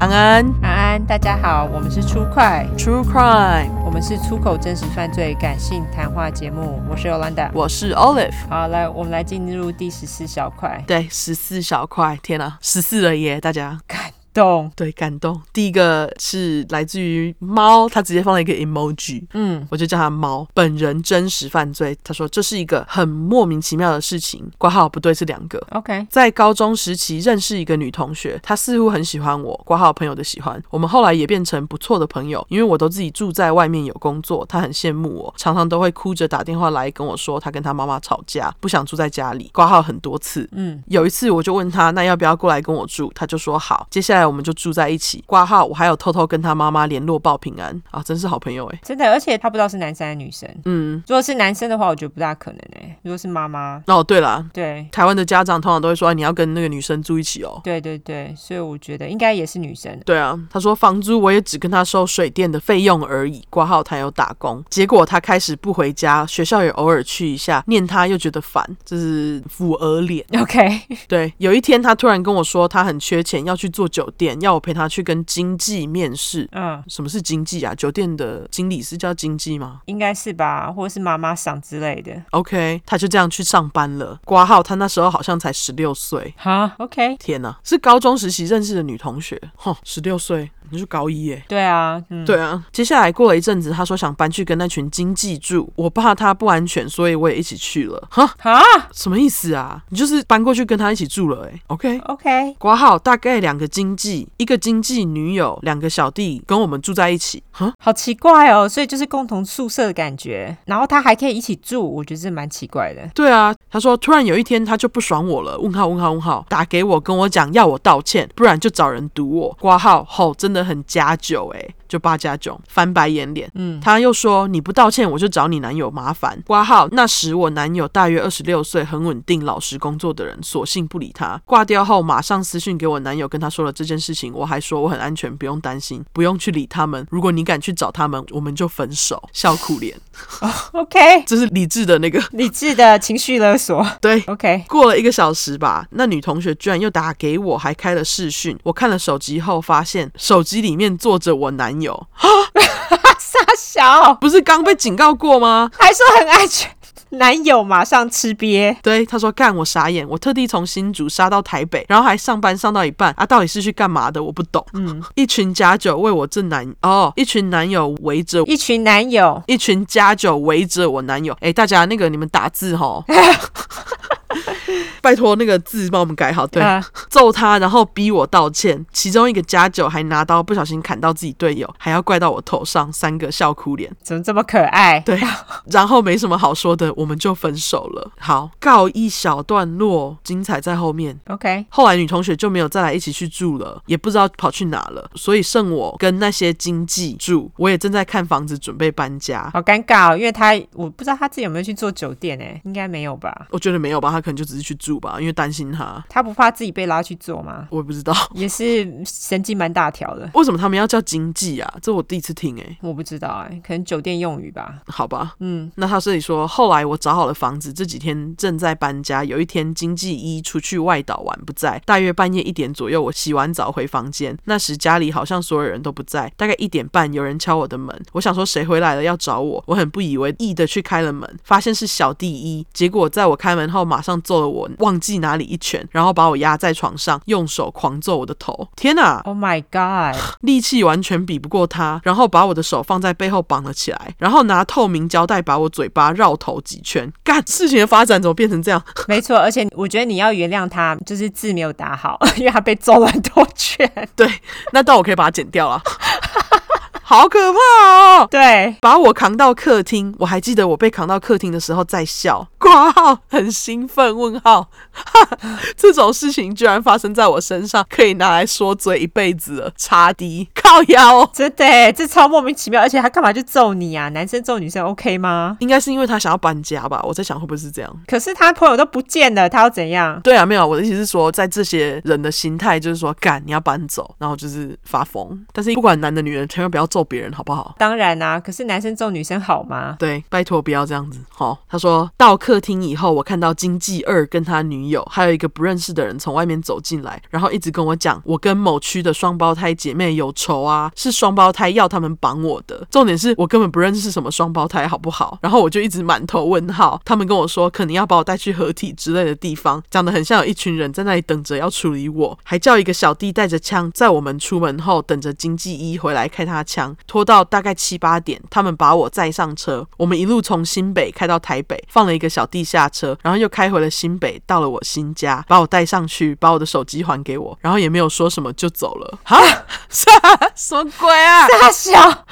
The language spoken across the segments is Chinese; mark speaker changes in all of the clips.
Speaker 1: 安安
Speaker 2: 安安，大家好，我们是出快，
Speaker 1: True Crime，
Speaker 2: 我们是出口真实犯罪感性谈话节目，我是 Yolanda。
Speaker 1: 我是 Olive。
Speaker 2: 好，来，我们来进入第十四小块，
Speaker 1: 对，十四小块，天哪，十四了耶！大家
Speaker 2: 感动。
Speaker 1: 对感动。第一个是来自于猫，它直接放了一个 emoji，
Speaker 2: 嗯，
Speaker 1: 我就叫它猫。本人真实犯罪，他说这是一个很莫名其妙的事情，挂号不对是两个。
Speaker 2: OK，
Speaker 1: 在高中时期认识一个女同学，她似乎很喜欢我，挂号朋友的喜欢。我们后来也变成不错的朋友，因为我都自己住在外面有工作，她很羡慕我，常常都会哭着打电话来跟我说她跟她妈妈吵架，不想住在家里，挂号很多次。
Speaker 2: 嗯，
Speaker 1: 有一次我就问她，那要不要过来跟我住？她就说好。接下来我们就住在一起，挂号。我还有偷偷跟她妈妈联络报平安啊，真是好朋友诶、
Speaker 2: 真的，而且他不知道是男生还是女生。
Speaker 1: 嗯，
Speaker 2: 如果是男生的话，我觉得不大可能诶、如果是妈妈，
Speaker 1: 哦对了。
Speaker 2: 对，
Speaker 1: 台湾的家长通常都会说、哎你要跟那个女生住一起哦，
Speaker 2: 对对对，所以我觉得应该也是女生。
Speaker 1: 对啊，他说房租我也只跟他收水电的费用而已。挂号他有打工，结果他开始不回家，学校也偶尔去一下，念他又觉得烦，这是抚额脸。
Speaker 2: OK，
Speaker 1: 对，有一天他突然跟我说他很缺钱，要去做酒店，要我陪他去跟经纪面试。
Speaker 2: 嗯，
Speaker 1: 什么是经纪啊？酒店的经理是叫经纪吗？
Speaker 2: 应该是吧，或者是妈妈赏之类的。
Speaker 1: OK，他就这样去上班了。挂号，他那时候好像才十六岁。
Speaker 2: 哈，OK，
Speaker 1: 天哪，是高中实习认识的女同学，哼，十六岁，你是高一耶、
Speaker 2: 对啊，嗯，
Speaker 1: 对啊，接下来过了一阵子，他说想搬去跟那群经济住，我怕他不安全，所以我也一起去了。哈，
Speaker 2: 哈
Speaker 1: 什么意思啊？你就是搬过去跟他一起住了、欸，哎，OK。
Speaker 2: 呃，OK，
Speaker 1: 挂号大概两个经济，一个经济女友，两个小弟跟我们住在一起。哈，
Speaker 2: 好奇怪哦，所以就是共同宿舍的感觉，然后他还可以一起住，我觉得这蛮奇怪的。
Speaker 1: 对啊，他说突然有一天他就不爽我了，问号问号问号，打给我跟我讲要我道歉，不然就找人堵我。挂号吼，真的很加酒哎、欸就八加九，翻白眼脸。
Speaker 2: 嗯，
Speaker 1: 他又说：“你不道歉，我就找你男友麻烦。”挂号。那时我男友大约二十六岁，很稳定、老实工作的人，索性不理他。挂掉后，马上私讯给我男友，跟他说了这件事情。我还说我很安全，不用担心，不用去理他们。如果你敢去找他们，我们就分手。笑苦脸，
Speaker 2: OK，
Speaker 1: 这是理智的那个
Speaker 2: 理智的情绪勒索。
Speaker 1: 对。
Speaker 2: OK，
Speaker 1: 过了一个小时吧，那女同学居然又打给我，还开了视讯。我看了手机后，发现手机里面坐着我男友。
Speaker 2: 傻小
Speaker 1: 不是刚被警告过吗？
Speaker 2: 还说很安全，男友马上吃瘪。
Speaker 1: 对，他说干，我傻眼，我特地从新竹杀到台北，然后还上班上到一半啊，到底是去干嘛的？我不懂。
Speaker 2: 嗯，
Speaker 1: 一群假酒为我这男哦，一群男友围着
Speaker 2: 一群男友，
Speaker 1: 一群家酒围着我男友。哎，大家那个你们打字吼，拜托那个字帮我们改好。对，
Speaker 2: 啊
Speaker 1: 揍他，然后逼我道歉。其中一个家酒还拿刀不小心砍到自己队友，还要怪到我头上，三个笑哭脸。
Speaker 2: 怎么这么可爱？
Speaker 1: 对，然后没什么好说的，我们就分手了。好，告一小段落，精彩在后面。
Speaker 2: OK，
Speaker 1: 后来女同学就没有再来一起去住了，也不知道跑去哪了，所以剩我跟那些经济住。我也正在看房子，准备搬家。
Speaker 2: 好尴尬、哦，因为他我不知道他自己有没有去做酒店诶、应该没有吧？
Speaker 1: 我觉得没有吧，她可能就只是去住吧，因为担心她。
Speaker 2: 他不怕自己被拉去做吗？
Speaker 1: 我也不知道
Speaker 2: 也是神经蛮大条的，
Speaker 1: 为什么他们要叫经济啊，这我第一次听诶、
Speaker 2: 我不知道诶、可能酒店用语吧。
Speaker 1: 好吧，
Speaker 2: 嗯，
Speaker 1: 那他这里说，后来我找好了房子，这几天正在搬家。有一天，经济一出去外岛玩不在，大约半夜一点左右，我洗完澡回房间。那时家里好像所有人都不在，大概一点半有人敲我的门，我想说谁回来了要找我，我很不以为意的去开了门，发现是小弟一。结果在我开门后，马上揍了我，忘记哪里一拳，然后把我压在床上，用手狂揍我的头。天哪！
Speaker 2: Oh my god！
Speaker 1: 力气完全比不过他，然后把我的手放在背后绑了起来，然后拿透明胶带把我嘴巴绕头几圈。干，事情的发展怎么变成这样？
Speaker 2: 没错，而且我觉得你要原谅他，就是字没有打好， 因为他被揍了很多拳。
Speaker 1: 那段我可以把它剪掉了， 好可怕哦！
Speaker 2: 对，
Speaker 1: 把我扛到客厅，我还记得我被扛到客厅的时候在笑，挂号很兴奋，问号， 这种事情居然发生在我身上，可以拿来说嘴一辈子了，差低靠腰哦。
Speaker 2: 真的耶，这超莫名其妙，而且他干嘛去揍你啊？男生揍女生 OK 吗？
Speaker 1: 应该是因为他想要搬家吧，我在想会不会是这样。
Speaker 2: 可是他朋友都不见了，他要怎样？
Speaker 1: 对啊，没有，我的意思是说，在这些人的心态就是说，干你要搬走，然后就是发疯。但是不管男的女的，千万不要揍揍别人好不好？
Speaker 2: 当然啊啦、可是男生揍女生好吗？
Speaker 1: 对，拜托不要这样子。好、他说到客厅以后，我看到经纪二跟他女友，还有一个不认识的人从外面走进来，然后一直跟我讲，我跟某区的双胞胎姐妹有仇啊，是双胞胎要他们绑我的。重点是我根本不认识什么双胞胎，好不好？然后我就一直满头问号。他们跟我说，可能要把我带去合体之类的地方，讲得很像有一群人在那里等着要处理我，还叫一个小弟带着枪在我们出门后等着经纪一回来开他枪，拖到大概七八点，他们把我载上车，我们一路从新北开到台北，放了一个小弟下车，然后又开回了新北，到了我新家，把我带上去，把我的手机还给我，然后也没有说什么就走了。哈，什么鬼啊？
Speaker 2: 大小，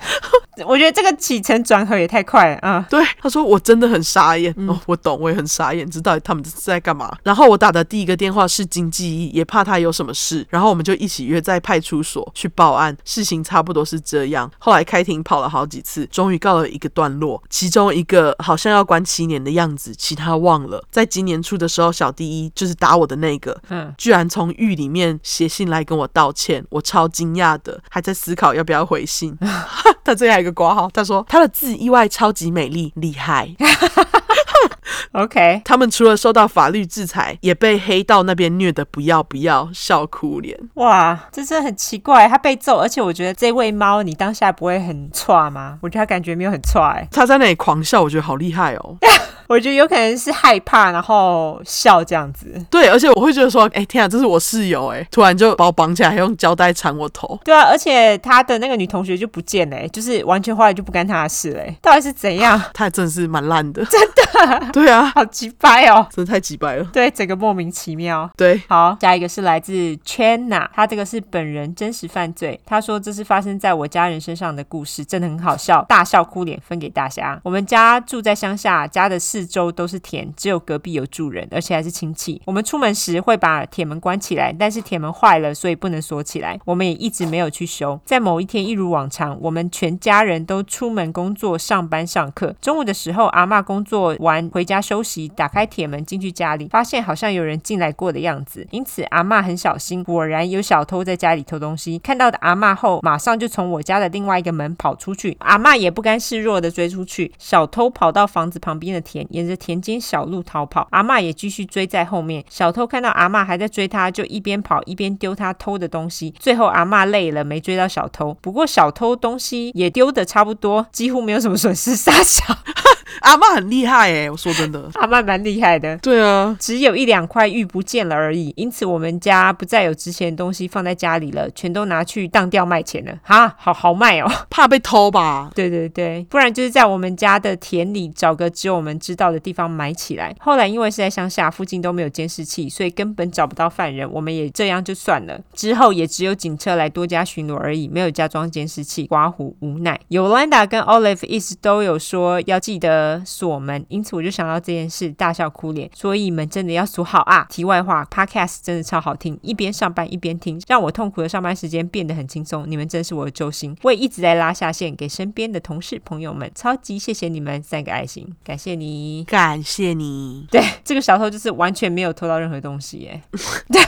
Speaker 2: 我觉得这个起承转合也太快了啊！
Speaker 1: 对，他说我真的很傻眼、哦，我懂，我也很傻眼，知道他们是在干嘛。然后我打的第一个电话是经纪一，也怕他有什么事，然后我们就一起约在派出所去报案。事情差不多是这样，后来开庭跑了好几次，终于告了一个段落，其中一个好像要关七年的样子，其他忘了。在今年初的时候，小第一就是打我的那个，
Speaker 2: 嗯，
Speaker 1: 居然从狱里面写信来跟我道歉，我超惊讶的，还在思考要不要回信。他这里还有一个挂号，他说他的字意外超级美丽，厉 害。
Speaker 2: OK，
Speaker 1: 他们除了受到法律制裁，也被黑道那边虐得不要不要，笑哭脸。
Speaker 2: 哇，这真的很奇怪，他被揍，而且我觉得这位猫，你当下不会很差吗？我觉得他感觉没有很差、欸，
Speaker 1: 他在那里狂笑，我觉得好厉害 哦。
Speaker 2: 我觉得有可能是害怕，然后笑这样子。
Speaker 1: 对，而且我会觉得说，哎、天啊，这是我室友哎，突然就把我绑起来，还用胶带缠我头。
Speaker 2: 对啊，而且他的那个女同学就不见了欸、就是完全后来就不干他的事嘞、欸到底是怎样？
Speaker 1: 他真的是蛮烂的，真的。对啊，
Speaker 2: 好鸡掰哦！
Speaker 1: 真的太鸡掰了。
Speaker 2: 对，整个莫名其妙。
Speaker 1: 对，
Speaker 2: 好，下一个是来自 Chana，他这个是本人真实犯罪。他说这是发生在我家人身上的故事，真的很好笑，大笑哭脸分给大家。我们家住在乡下，家的四周都是田，只有隔壁有住人，而且还是亲戚。我们出门时会把铁门关起来，但是铁门坏了，所以不能锁起来。我们也一直没有去修。在某一天，一如往常，我们全家人都出门工作、上班、上课。中午的时候，阿嬷工作完回家休息，打开铁门进去家里，发现好像有人进来过的样子，因此阿嬷很小心。果然有小偷在家里偷东西，看到的阿嬷后，马上就从我家的另外一个门跑出去。阿嬷也不甘示弱的追出去，小偷跑到房子旁边的田，沿着田间小路逃跑。阿嬷也继续追在后面。小偷看到阿嬷还在追他，就一边跑一边丢他偷的东西。最后阿嬷累了，没追到小偷。不过小偷东西也丢的差不多，几乎没有什么损失。傻小，。
Speaker 1: 阿妈很厉害哎，我说真的
Speaker 2: 阿嬷蛮厉害的。
Speaker 1: 对啊，
Speaker 2: 只有一两块玉不见了而已，因此我们家不再有值钱的东西放在家里了，全都拿去当掉卖钱了。哈，好豪迈哦！
Speaker 1: 怕被偷吧？
Speaker 2: 对对对，不然就是在我们家的田里找个只有我们知道的地方埋起来。后来因为是在乡下，附近都没有监视器，所以根本找不到犯人，我们也这样就算了。之后也只有警车来多加巡逻而已，没有加装监视器，刮胡无奈。Yolanda 跟 Olive 一直都有说要记得锁门，因此我就想到这件事，大笑哭脸。所以门真的要锁好啊！题外话，Podcast 真的超好听，一边上班一边听，让我痛苦的上班时间变得很轻松。你们真是我的救星，我也一直在拉下线给身边的同事朋友们，超级谢谢你们，三个爱心，感谢你。
Speaker 1: 感谢你。
Speaker 2: 对，这个小偷就是完全没有偷到任何东西耶。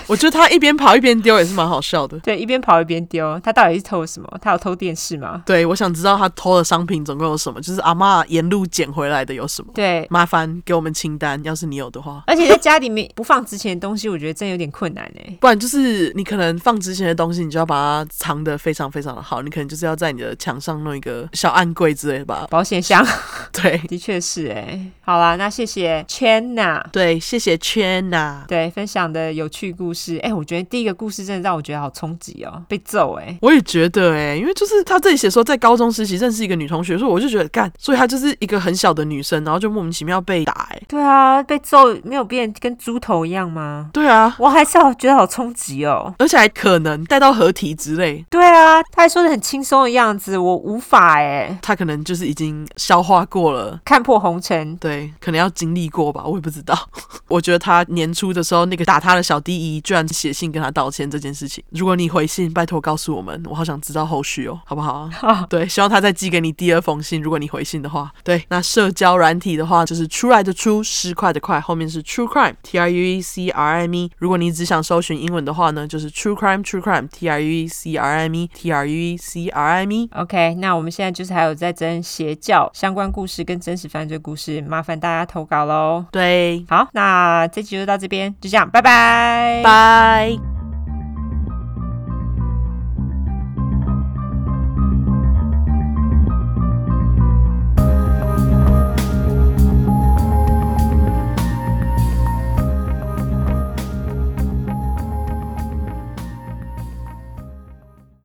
Speaker 1: 我觉得他一边跑一边丢也是蛮好笑的。
Speaker 2: 对，一边跑一边丢，他到底是偷了什么？他有偷电视吗？
Speaker 1: 对，我想知道他偷的商品总共有什么，就是阿妈沿路捡回来的有什么。
Speaker 2: 对，
Speaker 1: 麻烦给我们清单，要是你有的话。
Speaker 2: 而且在家里面不放值钱的东西，我觉得真有点困难哎。
Speaker 1: 不然就是你可能放之前的东西，你就要把它藏得非常非常的好，你可能就是要在你的墙上弄一个小暗柜之类的吧。
Speaker 2: 保险箱
Speaker 1: 对
Speaker 2: 的确是哎。好啦，那谢谢 Chana。
Speaker 1: 对，谢谢圈呐、
Speaker 2: 对，分享的有趣故事。哎、我觉得第一个故事真的让我觉得好冲击哦，被揍哎、
Speaker 1: 我也觉得哎、因为就是他这里写说在高中时期认识一个女同学，所以我就觉得干，所以她就是一个很小的女生，然后就莫名其妙被打哎、
Speaker 2: 对啊，被揍没有变跟猪头一样吗？
Speaker 1: 对啊，
Speaker 2: 我还是好觉得好冲击哦。
Speaker 1: 而且还可能带到合体之类，
Speaker 2: 对啊，他还说的很轻松的样子，我无法哎、
Speaker 1: 她可能就是已经消化过了。
Speaker 2: 看破红尘。
Speaker 1: 对，可能要经历过吧，我也不知道。 我觉得他年初的时候，那个打他的小弟一居然写信跟他道歉这件事情，如果你回信，拜托告诉我们，我好想知道后续哦，好不好？对，希望他再寄给你第二封信，如果你回信的话。对，那社交软体的话，就是出来的出，失快的快，后面是 True Crime，T R U E C R I M E。如果你只想搜寻英文的话呢，就是 True Crime，True Crime，T R U E C R I M E，T R U E C R I M E。
Speaker 2: OK，那我们现在就是还有在征邪教相关故事跟真实犯罪故事，麻烦大家投稿喽。
Speaker 1: 对，
Speaker 2: 好，那这集就到这边，就这样，拜拜，
Speaker 1: 拜。